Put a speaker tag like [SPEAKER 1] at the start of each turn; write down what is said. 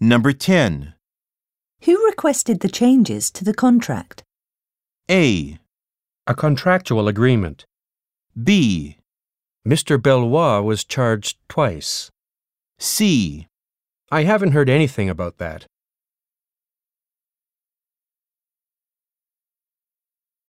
[SPEAKER 1] Number 10.
[SPEAKER 2] Who requested the changes to the contract?
[SPEAKER 1] A.
[SPEAKER 3] A contractual agreement.
[SPEAKER 1] B.
[SPEAKER 3] Mr. Bellois was charged twice.
[SPEAKER 1] C.
[SPEAKER 3] I haven't heard anything about that.